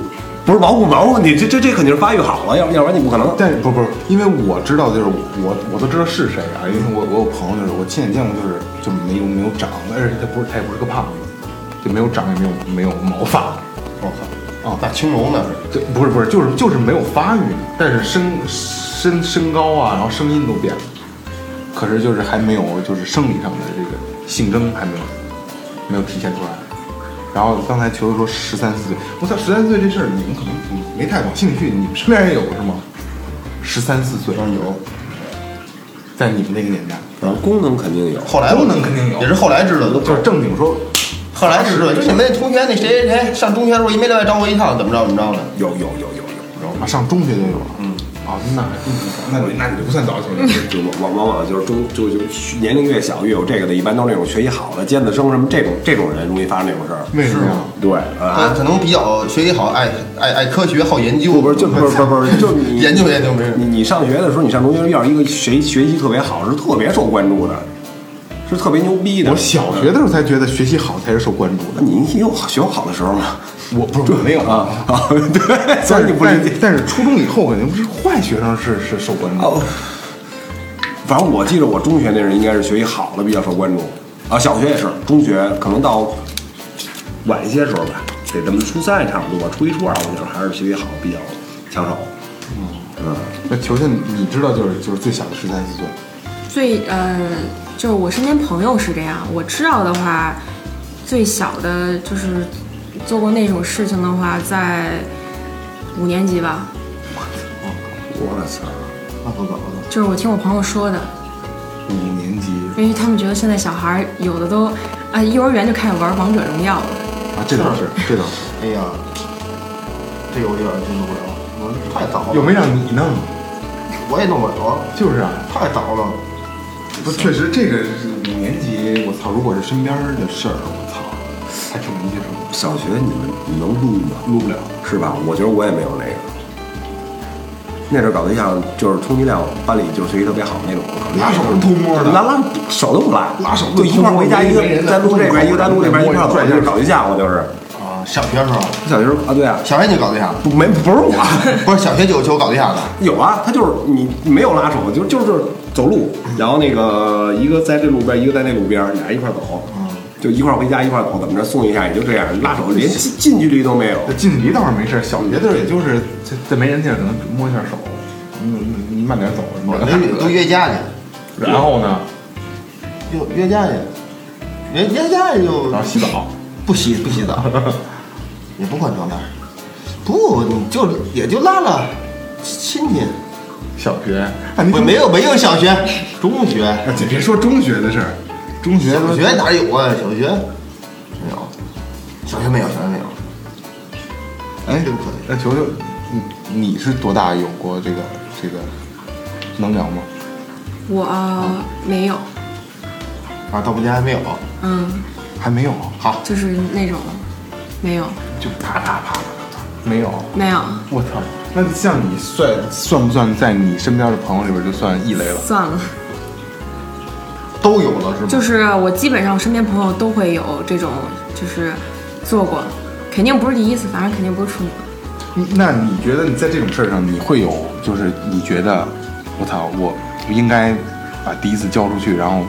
S3: 不是毛不毛，你这这这肯定是发育好了，要要不然你不可能。
S1: 但是不不，因为我知道，就是我我都知道是谁啊，因为我我有朋友就是我亲眼见过，就是就没有没有长，而且他不是他也不是个胖子，就没有长也没有没有毛发，我
S2: 哦
S1: 靠啊，
S2: 那青龙呢？
S1: 对，不是不是，就是就是没有发育，但是身身身高啊，然后声音都变了，可是就是还没有就是生理上的这个性征还没有没有体现出来。然后刚才球球说十三四岁，我操，十三岁这事儿你们可能没太往心里去，你们身边也有是吗？十三四岁有，在你们那个年代，
S3: 然后功能肯定有，
S2: 后来我
S1: 功能肯定有
S2: 也是后来知道的。
S1: 就是正经说
S2: 后来知道的，就你们同学那谁谁谁上中学的时候一没来找我一趟，怎么着怎么着的。
S3: 有有有有有，
S1: 有啊，上中学就有了，嗯，哦，那那你那你就不算早熟了。
S3: 就往往往就是中就就年龄越小越有这个的，一般都是那种学习好的尖子生什么这种这种人容易发生这种事儿。
S1: 为什么呀？
S3: 对
S2: 他
S3: 啊，
S2: 可能比较学习好，爱爱爱科学，好研究。
S3: 不不是就不是不是不是就你
S2: 研究研究没事
S3: 你你上学的时候，你上中学要是一个学学习特别好，是特别受关注的，是特别牛逼的。
S1: 我小学的时候才觉得学习好才是受关注的，
S3: 你也有学好的时候嘛？
S1: 我不是我没有
S3: 啊， 啊，对，所
S1: 但
S3: 以你
S1: 是
S3: 不理解。
S1: 但是但是初中以后肯定不是坏学生是是受关注的，
S3: 哦，反正我记得我中学那阵儿应该是学习好的比较受关注，啊，小学也是，中学可能到晚一些时候吧，得咱们初三也差不多，初一初二我觉得还是学习好比较抢手。嗯，
S1: 那球球，你知道就是就是最小的十三四岁，
S4: 最呃，就是我身边朋友是这样，我知道的话，最小的就是做过那种事情的话，在五年级吧，
S3: 我操，
S1: 那不早了，
S4: 就是我听我朋友说的，
S1: 五年级
S4: 因为他们觉得现在小孩儿有的都啊、幼儿园就开始玩王者荣耀了，
S1: 啊，这倒是这倒是，
S2: 哎呀，这个我有点接受不了，我太早了。
S1: 又没让你弄，
S2: 我也弄不了，
S1: 就是啊，
S2: 太早了。
S1: 不是确实这个是五年级，我操，如果是身边的事儿，我操，还挺能接受。
S3: 小学你们你能录吗？录不了，是吧？我觉得我也没有那个。那阵儿搞对象就是充其量班里就是学习特别好那种，
S1: 拉手偷摸的
S3: 拉拉手都不拉，
S1: 拉手
S3: 就一块儿回家，一个
S1: 没人的
S3: 单独这边，一个单独那边，一块儿走，
S1: 拽一下
S3: 就是搞对象，我就是。
S2: 啊，小学时候，
S3: 我小学时候啊，对啊，
S2: 小学你就搞对象了？
S3: 不没不是我，
S2: 不是小学就有求搞对象的，
S3: 有啊，他就是你没有拉手，就就是走路，然后那个一个在这路边，一个在那路边，俩一块儿走，
S1: 嗯
S3: 就一块儿回家一块儿走，怎么着送一下也就这样，拉手连近近距离都没有。
S1: 近离倒是没事儿，小学的时候也就是在在没人地儿可能摸一下手，你你你慢点走什么
S2: 我
S1: 的。
S2: 们都约架去，
S1: 然后呢，
S2: 约约架去，约约架去就
S1: 然后洗澡，
S2: 不洗不洗澡，也不换床单，不你就也就拉拉亲戚，
S1: 小学，啊、你
S2: 我
S1: 怎么
S2: 没有没有小 学，中学，
S1: 啊，姐别说中学的事儿，中学哎
S2: 小学哪有啊？小学没有，小学没有，小学没有，
S1: 哎
S2: 真可以，
S1: 那球球，你你是多大有过这个这个能聊吗？
S4: 我、啊没有，
S2: 啊，到目前还没有。
S4: 嗯，
S1: 还没有，
S2: 好，
S4: 就是那种没有
S1: 就啪啪啪啪啪，没有。
S4: 没有，
S1: 我操，
S2: 嗯
S1: 那像你算算不算在你身边的朋友里边就算异类了？
S4: 算了。
S2: 都有了是吗？
S4: 就是我基本上身边朋友都会有这种，就是做过，肯定不是第一次，反正肯定不是处女。
S1: 你那你觉得你在这种事儿上，你会有就是你觉得，我操，我应该把第一次交出去，然后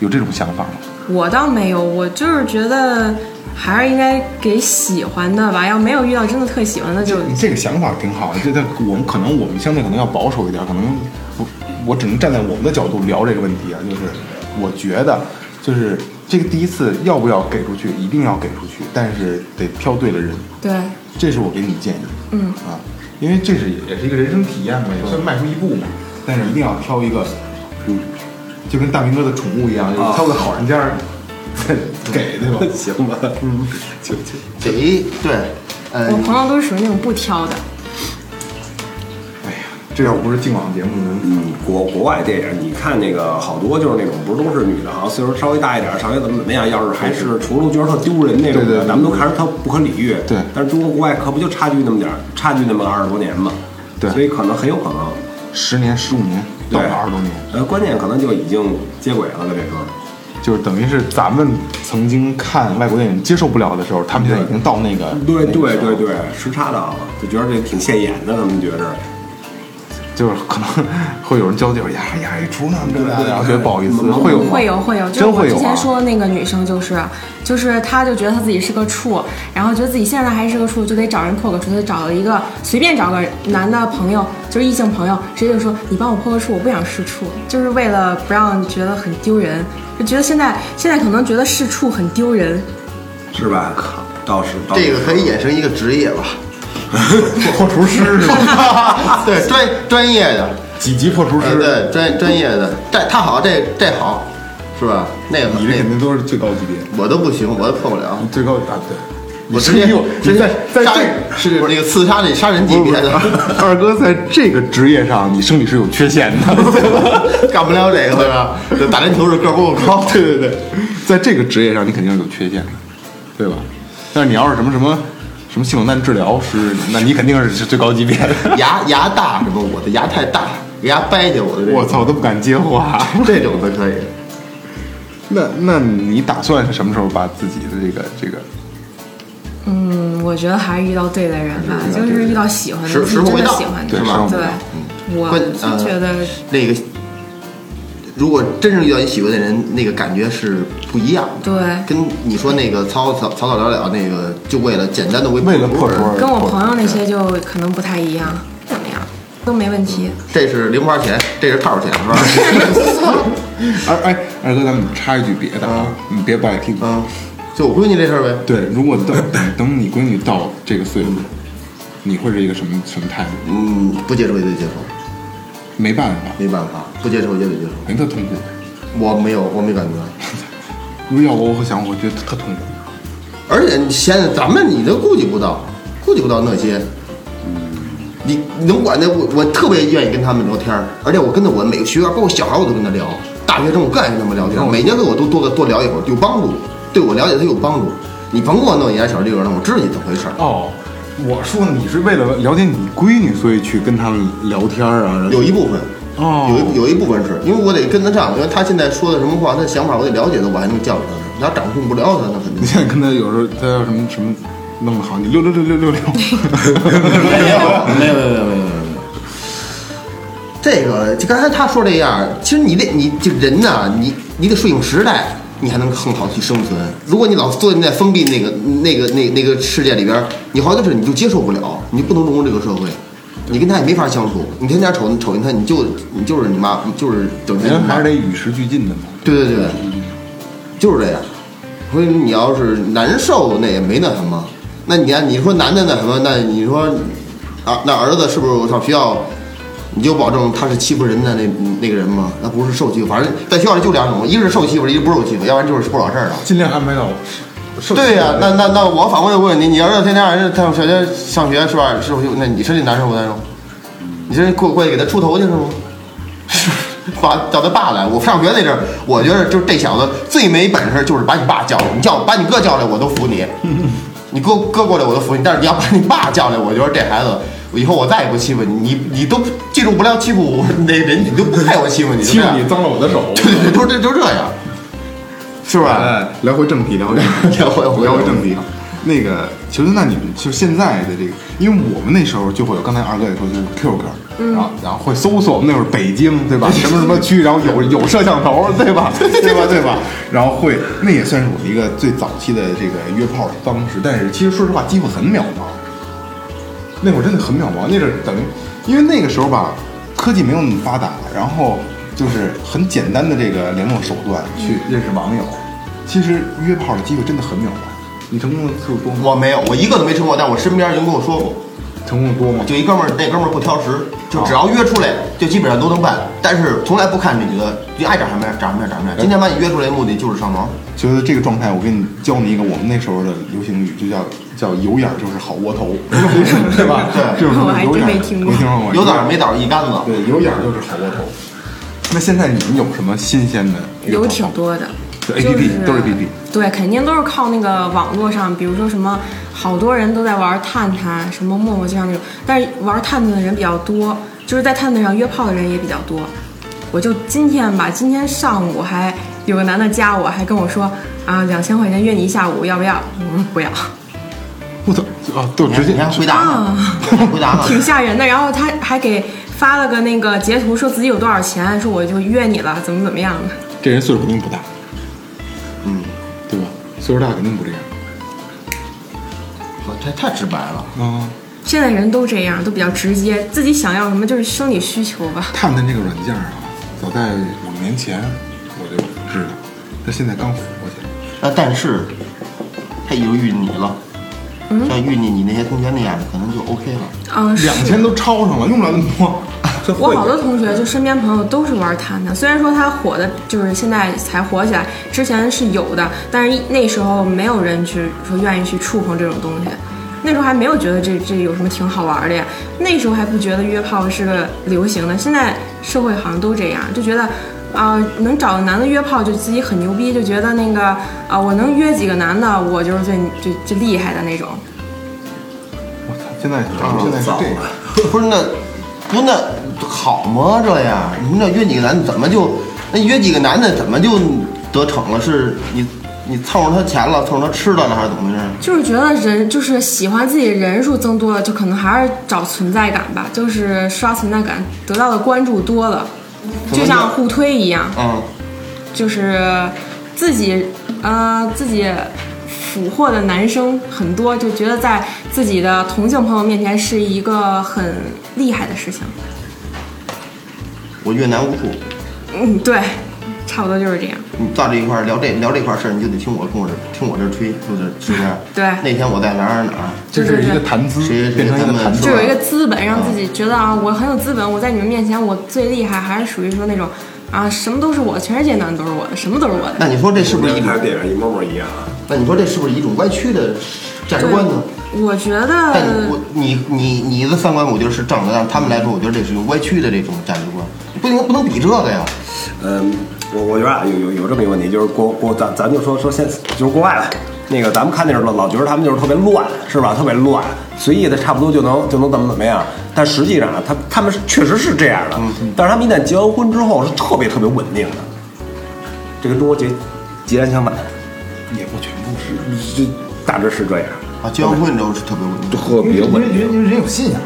S1: 有这种想法吗？
S4: 我倒没有，我就是觉得还是应该给喜欢的吧，要没有遇到真的特喜欢的就
S1: 你这个想法挺好，这这我们可能我们相对可能要保守一点，可能我我只能站在我们的角度聊这个问题啊，就是我觉得就是这个第一次要不要给出去，一定要给出去，但是得挑对了人，
S4: 对，
S1: 这是我给你建议
S4: 嗯，
S1: 啊，因为这是也是一个人生体验嘛，也算迈出一步嘛，但是一定要挑一个，嗯，就跟大明哥的宠物一样，就是挑个好人家儿给对 吧？
S3: 行吧，嗯，就就
S2: 得对，呃
S4: 我，朋友都是属于那种不挑的，
S1: 哎呀，这要不是净网节目，
S3: 嗯，国国外电影，你看那个好多就是那种不是都是女的，好像岁数稍微大一点，上学怎么怎么样，要是还是除了觉得特丢人那种
S1: 对对
S3: 的，
S1: 对
S3: 咱们都看着特不可理喻。
S1: 对
S3: 但是中国国外可不就差距那么点儿，差距那么二十多年嘛。
S1: 对
S3: 所以可能很有可能，
S1: 十年、十五年到
S3: 对，
S1: 了二十多年。
S3: 呃，关键可能就已经接轨了跟这哥们儿。
S1: 就是等于是咱们曾经看外国电影接受不了的时候，他们现在已经到那个
S3: 对
S1: 那个
S3: 对
S1: 时候
S3: 对对，时差到了，就觉得这挺现眼的，他们觉着。
S1: 就是可能会有人交流，呀呀，一厨呢，对
S3: 对
S1: 然后觉得不好意思，
S3: 嗯
S1: 会有吗
S4: 会有会有，就是
S1: 真
S4: 我
S1: 会有
S4: 之前
S1: 啊
S4: 说的那个女生就是，就是她就觉得她自己是个处，然后觉得自己现在还是个处，就得找人破个处，她就找了一个随便找个男的朋友，就是异性朋友，直接就说你帮我破个处，我不想试处，就是为了不让觉得很丢人，就觉得现在现在可能觉得试处很丢人，
S3: 是吧？倒是倒是
S2: 这个可以衍生一个职业 吧？
S1: 破厨师是吧？ 啊
S2: 对，专专业的，
S1: 几级破厨
S2: 呃，
S1: 师，
S2: 对，专专业的，这他好，这这好，是吧？那个
S1: 你这肯
S2: 那
S1: 定都是最高级别，
S2: 我都不行，我都破不了。
S1: 最高啊对。
S2: 我
S1: 你
S2: 直
S1: 是
S2: 接
S1: 比我
S2: 直
S1: 你
S2: 接
S1: 在在
S2: 杀
S1: 这
S2: 人是那个刺杀那杀人级
S1: 不
S2: 别
S1: 是
S2: 的，
S1: 二哥在这个职业上，你生理是有缺陷的。
S2: 干不了这个对吧？这打篮球是个儿不够高，
S1: 对对对， 在这个职业上，你肯定是有缺陷的，对吧？但是你要是什么什么什么系统弹治疗师，那你肯定是是最高级别的。
S2: 牙牙大什么？我的牙太大，给牙掰去我的这
S1: 我
S2: 种，
S1: 操，我都不敢接话。
S2: 这种的可以。
S1: 那那你打算是什么时候把自己的这个这个？
S4: 嗯，我觉得还是遇到嗯对的人吧，
S1: 是
S4: 就是遇到喜欢的，
S2: 时
S4: 自己
S2: 时候
S4: 真
S2: 未
S4: 的
S2: 到
S4: 喜欢的，
S1: 对
S4: 对
S1: 时候，未到嗯
S4: 我
S2: 关呃
S4: 就觉得
S2: 那个，如果真是遇到你喜欢的人，那个感觉是不一样的。
S4: 对。
S2: 跟你说那个草草草草了了，那个就为了简单的为
S1: 为了破桌，
S4: 跟我朋友那些就可能不太一样，怎么样？都没问题。
S2: 这是零花钱，这是套钱，是吧？
S1: 二哎二哥，咱们插一句别的啊，你别不爱听。
S2: 嗯，就我闺女这事儿呗。
S1: 对，如果等等你闺女到这个岁数，你会是一个什么什么态度？
S2: 嗯，不接受也得接受，
S1: 没办法，
S2: 没办法，不接受也得接受。
S1: 肯定特痛苦。
S2: 我没有，我没感觉。
S1: 如果要我，我想我觉得特痛苦。
S2: 而且你现在咱们你都顾及不到，顾及不到那些，你你能管的我我特别愿意跟他们聊天儿，而且我跟着我每个学员，包括小孩我都跟他聊，大学生我更爱跟他们聊天，每年跟我都多个多聊一会儿有帮助，对我了解他有帮助。你甭给我弄一家小绿人了，我知道你怎么回事儿。
S1: 哦，我说你是为了了解你闺女，所以去跟他们聊天儿啊？
S2: 有一部分，
S1: 哦
S2: 有一有一部分是因为我得跟得上，因为他现在说的什么话，他的想法我得了解他，我还能教育他呢。你要掌控不了他，那肯定
S1: 你现在跟他有时候他要什么什么弄得好，你六六六六六六，
S2: 没有没有没有没有没有。这个就刚才他说这样，其实你得你这人呐、你你得顺应时代，你还能更好去生存。如果你老坐在封闭那个那个那那个世界里边儿，你好多事儿你就接受不了，你就不能融入这个社会。你跟他也没法相处，你天天瞅瞅见他，你就你就是你妈，你就是整天
S1: 人
S2: 你妈
S1: 还是得与时俱进的嘛。
S2: 对对对，就是这样。所以你要是难受，那也没那什么。那你看，你说男的那什么，那你说啊，那儿子是不是上学校，你就保证他是欺负人的那那个人吗？那不是受欺负，反正在学校里就两种，一是受欺负，一是不受欺负，要不然就是不惹事儿啊。
S1: 尽量安排到。
S2: 对呀、那那那我反过来问你，你儿子天天让人上小学上学是吧？是不是就那你身体难受不难受？你这过过去给他出头去是吗？把叫他爸来，我上学那阵儿，我觉得就是这小子最没本事，就是把你爸叫来，你叫把你哥叫来，我都服 你。你哥哥过来我都服你，但是你要把你爸叫来，我觉得这孩子以后我再也不欺负你，你你都记住不了欺负我那人，你都不配我欺负你，就
S1: 欺
S2: 这
S1: 负
S2: 样
S1: 你，脏了我的手。
S2: 对对对，都这就这样，是不是？
S1: 哎，聊回正题，聊回正
S2: 聊回
S1: 聊回正题。那个，其实那你们就现在的这个，因为我们那时候就会有，刚才二哥也说就是 QQ，、然后然后会搜索我们那会儿北京对吧， 什么什么区，然后 有有摄像头对吧，对吧对吧，然后会那也算是我一个最早期的这个约炮的方式，但是其实说实话机会很渺茫，那会儿真的很渺茫，那阵儿等于，因为那个时候吧，科技没有那么发达，然后就是很简单的这个联络手段去认识网友。其实约炮的机会真的很渺茫，你成功的次数多吗？
S2: 我没有，我一个都没成过，但我身边人跟我说过，
S1: 成功的多吗？
S2: 就一哥们儿，那哥们儿不挑食，就只要约出来，就基本上都能办，但是从来不看这女的，你爱长什么样长什么样长什么样。今天把你约出来的目的就是上床，
S1: 觉得这个状态，我给你教你一个我们那时候的流行语，就叫叫有眼儿就是好窝头， 对吧？
S2: 对
S1: 这种
S4: 我还
S1: 有
S4: 真
S1: 眼儿
S4: 没听过
S1: 没听说过，
S2: 有枣儿没枣儿一竿子。
S1: 对，有眼儿就是好窝头。那现在你们有什么新鲜的约炮
S4: 有
S1: 方
S4: 挺多的，
S1: 对
S4: 就
S1: APP 都是 APP
S4: 对，肯定都是靠那个网络上，比如说什么，好多人都在玩探探，什么陌陌，就像那种，但是玩探探的人比较多，就是在探探上约炮的人也比较多。我就今天吧，今天上午还有个男的加我，还跟我说啊，两千块钱约你一下午，要不要？我说 不要，
S1: 我操啊，就
S2: 你
S1: 直
S2: 还
S1: 接
S2: 你还回答呢？你还回答呢？
S4: 挺吓人的。然后他还给发了个那个截图，说自己有多少钱，说我就约你了，怎么怎么样的。
S1: 这人岁数肯定不大，嗯，对吧？岁数大肯定不这样
S2: 我这太直白了。
S1: 啊。
S4: 现在人都这样，都比较直接，自己想要什么就是生理需求吧。
S1: 探探这个软件啊，早在五年前我就知道，它现在刚火起来。
S2: 那但是，他已经遇你了，像遇你你那些同学那样的，可能就 OK 了。
S4: 嗯，是
S1: 两千都超上了，用不了那么多。
S3: 这
S4: 我
S3: 会
S4: 好多同学就身边朋友都是玩探探，虽然说它火的就是现在才火起来，之前是有的，但是那时候没有人去说愿意去触碰这种东西，那时候还没有觉得这这有什么挺好玩的呀，那时候还不觉得约炮是个流行的，现在社会好像都这样，就觉得。啊、能找个男的约炮就自己很牛逼，就觉得那个啊、我能约几个男的，我就是最最最厉害的那种。
S1: 我操，现在现在是这样，
S2: 不是那，不是那好吗？这样，你那约几个男的怎么就那约几个男的怎么就得逞了？是你你凑上他钱了，凑上他吃的了，还是怎么回事？
S4: 就是觉得人就是喜欢自己人数增多了，就可能还是找存在感吧，就是刷存在感，得到的关注多了，就像互推一样，
S2: 嗯，
S4: 就是自己呃自己俘获的男生很多，就觉得在自己的同性朋友面前是一个很厉害的事情。
S2: 我越南无数。
S4: 嗯，对，差不多就是这样。
S2: 你到这一块儿聊这聊这块儿事儿，你就得听我跟我这听我这吹，就是是不是？
S4: 对
S2: 那天我在哪儿哪儿，
S1: 这是一个谈资
S2: 谁谁
S1: 变成一个谈
S2: 他们
S1: 资
S4: 就。有一个资本，让自己觉得啊，我很有资本，我在你们面前我最厉害，还是属于说那种啊，什么都是我，全世界男的都是我的，什么都是我的。
S2: 那你说这是不是一
S3: 跟
S2: 种
S3: 台？电影一模模一样啊？
S2: 那你说这是不是一种歪曲的价值观呢？
S4: 我觉
S2: 但
S4: 得
S2: 我你你你的三观，我觉得是正的，但是他们来说，我觉得这是一种歪曲的这种价值观，不能不能比这个呀。
S3: 嗯，我我觉得啊，有有有这么一个问题，就是国国咱咱就说说现就是国外吧，那个咱们看那时候老老觉得他们就是特别乱，是吧？特别乱，随意的差不多就能就能怎么怎么样。但实际上啊，他他们是确实是这样的，
S1: 嗯
S3: 但是他们一旦结完婚之后是特别特别稳定的，这跟中国截截然相反，
S1: 也不全部是，
S3: 这大致是这样，
S2: 啊，结完婚之后是特别稳定。
S3: 特别
S1: 因为
S3: 稳
S1: 人
S3: 定。
S1: 因为人有信仰，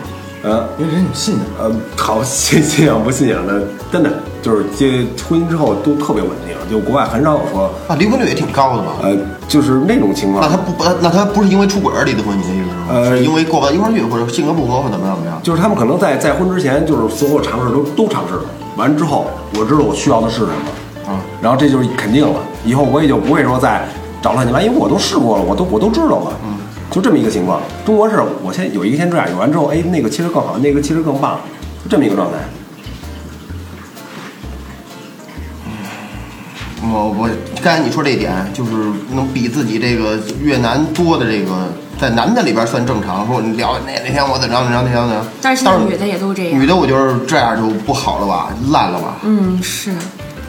S3: 呃
S1: 因为人有信仰。
S3: 呃，好信信仰不信仰的，真的就是结婚姻之后都特别稳定，就国外很少有说。
S2: 啊，离婚率也挺高的吧？
S3: 呃，就是那种情
S2: 那
S3: 况
S2: 他，不不，那他不是因为出轨而离的婚，你的意思是吗？
S3: 呃
S2: 是因为过不到一块儿去，或者性格不合，或者怎么样怎么样？
S3: 就是他们可能在再婚之前，就是所有尝试都都尝试了，完之后我知道我需要的是什么，
S2: 啊，
S3: 然后这就是肯定了，以后我也就不会说再找乱七八，因为我都试过了，我都我都知道了，嗯，就这么一个情况。中国是我先有一个先这样，有完之后，哎，那个其实更好，那个其实更棒，就这么一个状态。
S2: 我我刚才你说这一点，就是能比自己这个越南多的这个，在男的里边算正常。说你聊那那天我怎么着怎么着怎么着，
S4: 但是现在女的也都这样
S2: 女的我觉得这样就不好了吧，烂了吧，
S4: 嗯是，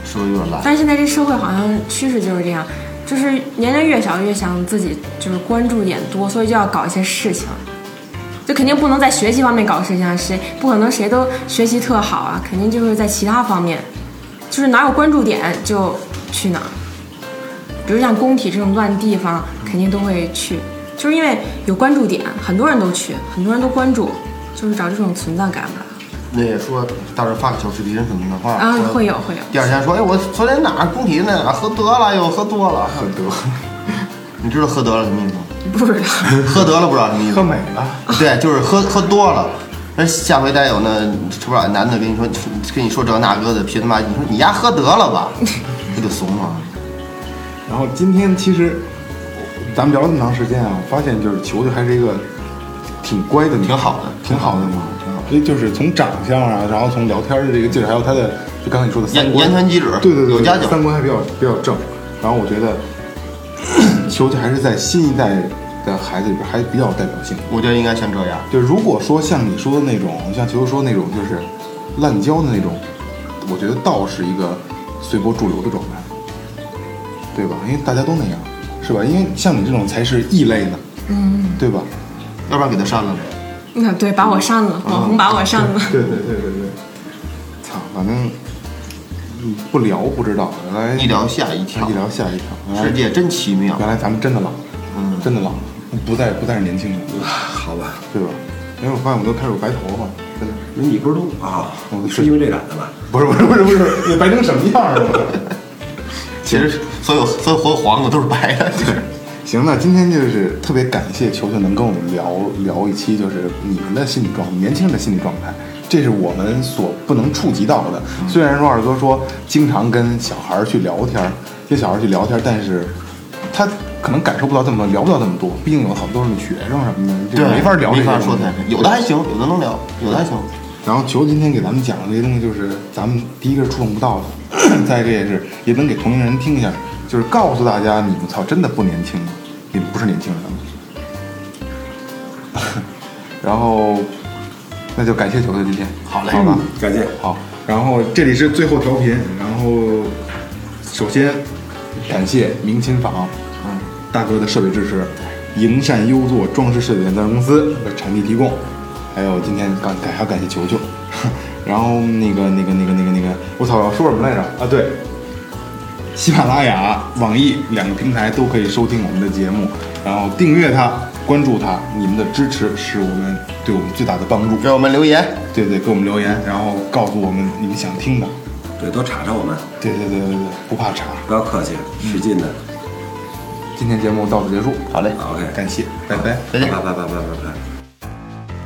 S2: 是不是有点烂？
S4: 但是现在这社会好像趋势就是这样，就是年龄越小越想自己就是关注点多，所以就要搞一些事情。就肯定不能在学习方面搞事情啊，谁不可能谁都学习特好啊，肯定就是在其他方面，就是哪有关注点就去哪儿。比如像工体这种乱地方，肯定都会去，就是因为有关注点，很多人都去，很多人都关注，就是找这种存在感吧。
S2: 那也说到时候发个小视频什么的话，
S4: 啊，
S2: 说
S4: 会有会有。
S2: 第二天说，哎，我昨天哪儿工体那哪儿喝得了，又喝多了，喝得， 你知道喝得了什么意思吗？
S4: 不知道，
S2: 喝得了不知道什么意思
S1: 喝。美了，
S2: 对，就是喝喝多了。那下回再有那吃不了男的跟你说跟你说这那个的，皮他妈，你说你丫喝得 了吧，那就怂了。
S1: 然后今天其实咱们聊了那么长时间啊，我发现就是球球还是一个挺乖的女孩，
S2: 挺好的
S1: 挺好的嘛，挺好。所以就是从长相啊，然后从聊天的这个劲儿，还有她的就刚才你说的三
S2: 言
S1: 观
S2: 言传举止
S1: 对对对，
S2: 有家教
S1: 三观还比较比较正。然后我觉得球球还是在新一代的孩子里边还比较有代表性。
S2: 我觉得应该像这样，
S1: 就如果说像你说的那种，像球球说那种，就是滥交的那种，我觉得倒是一个随波逐流的状态，对吧？因为大家都那样，是吧？因为像你这种才是异类呢，嗯，对吧？
S2: 要不然给他删了呗。
S4: 那对，哦把我删了，网红把我删了。
S1: 对对对对对，操，反正嗯不聊不知道，原来
S2: 一聊吓一跳
S1: 嗯一，聊吓一跳。原来
S2: 世界真奇妙。
S1: 原来咱们真的老，嗯，真的老，不再不再是年轻人，
S3: 好吧，
S1: 对吧？因为我发现我都开始白头发，真的
S3: 那你不是都啊
S1: 我？嗯
S3: 是因为这染的吧？
S1: 不是不是不是不是，也白成什么样了？
S2: 其实所有所有活黄瓜都是白的，就是
S1: 行，那今天就是特别感谢球球能跟我们聊聊一期，就是你们的心理状，年轻人的心理状态，这是我们所不能触及到的。虽然说二哥说经常跟小孩儿去聊天儿，跟小孩儿去聊天儿，但是他可能感受不到这么聊不到这么多，毕竟有好多都是学生什么的，这个没法聊这些
S2: 没法
S1: 东西，
S2: 说太深。有的还行，有的能聊，有的还行。
S1: 然后球今天给咱们讲的这些东西，就是咱们第一个是触碰不到的， 再一个也是也能给同龄人听一下，就是告诉大家，你们操真的不年轻了，你们不是年轻人了。 然后，那就感谢球球今天，
S2: 好嘞
S1: 好吧，
S3: 感谢。
S1: 好。然后这里是最后调频，然后首先感谢明琴坊，嗯，大哥的设备支持，营善优作装饰设计有限责任公司的场地提供，还有今天感感还要感谢球球， 然后那个那个那个那个那个，我操，说什么来着？啊，对，喜马拉雅、网易两个平台都可以收听我们的节目，然后订阅它，关注它，你们的支持是我们对我们最大的帮助。
S2: 给我们留言，
S1: 对对，给我们留言，然后告诉我们你们想听的。
S3: 对，多查查我们，
S1: 对对对对对，不怕查。
S3: 不要客气，使劲的。
S1: 今天节目到此结束，
S2: 好嘞，
S3: 好 OK，
S1: 感谢，拜拜。
S2: 再见
S3: 拜。拜拜拜拜拜。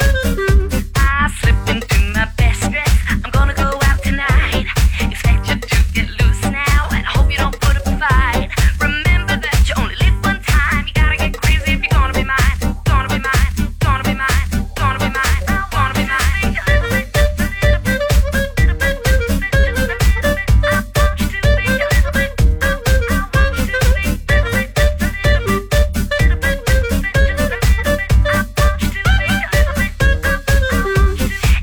S5: I slip into my best dress. I'm gonna go out tonight. Expect you to get loose now, and I hope you don't put up a fight. Remember that you only live one time. You gotta get crazy if you're gonna be mine. Gonna be mine. Gonna be mine. Gonna be mine. Gonna be mine. I want you to be a little bit. I want you to be a little bit.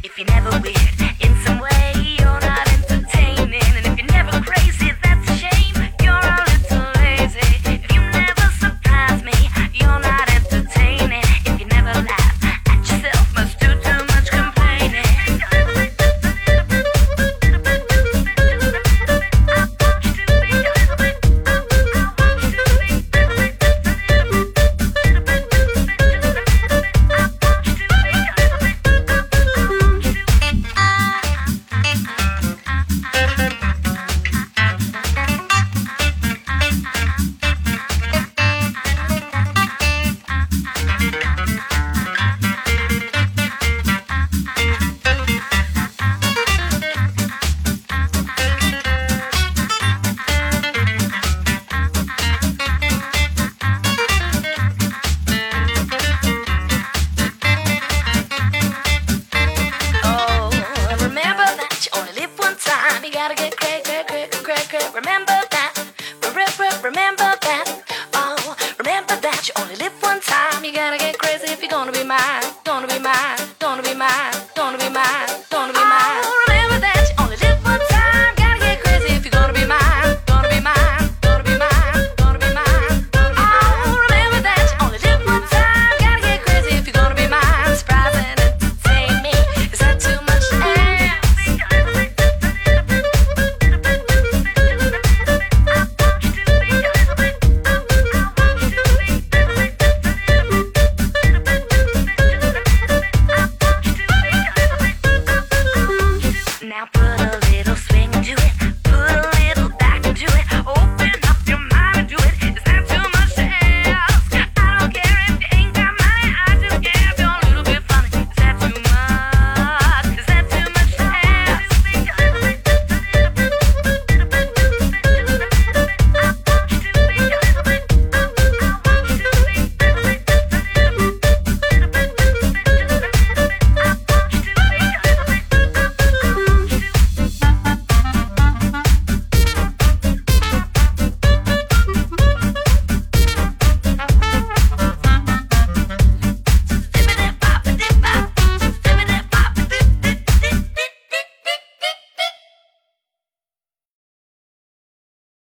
S5: If you're never weird in some way, you're not entertaining. And if you're never crazy, that's a shame. You're a little lazy. If you never surprise me, you're not entertaining. If you never laugh at yourself, must do too much complaining. Oh, remember that you only live one time. You gotta get crack, crack, crack, crack, crack. Remember that. Remember, remember that. Oh, remember that you only live one time. You gotta get crazy if you're gonna be mine. Gonna be mine.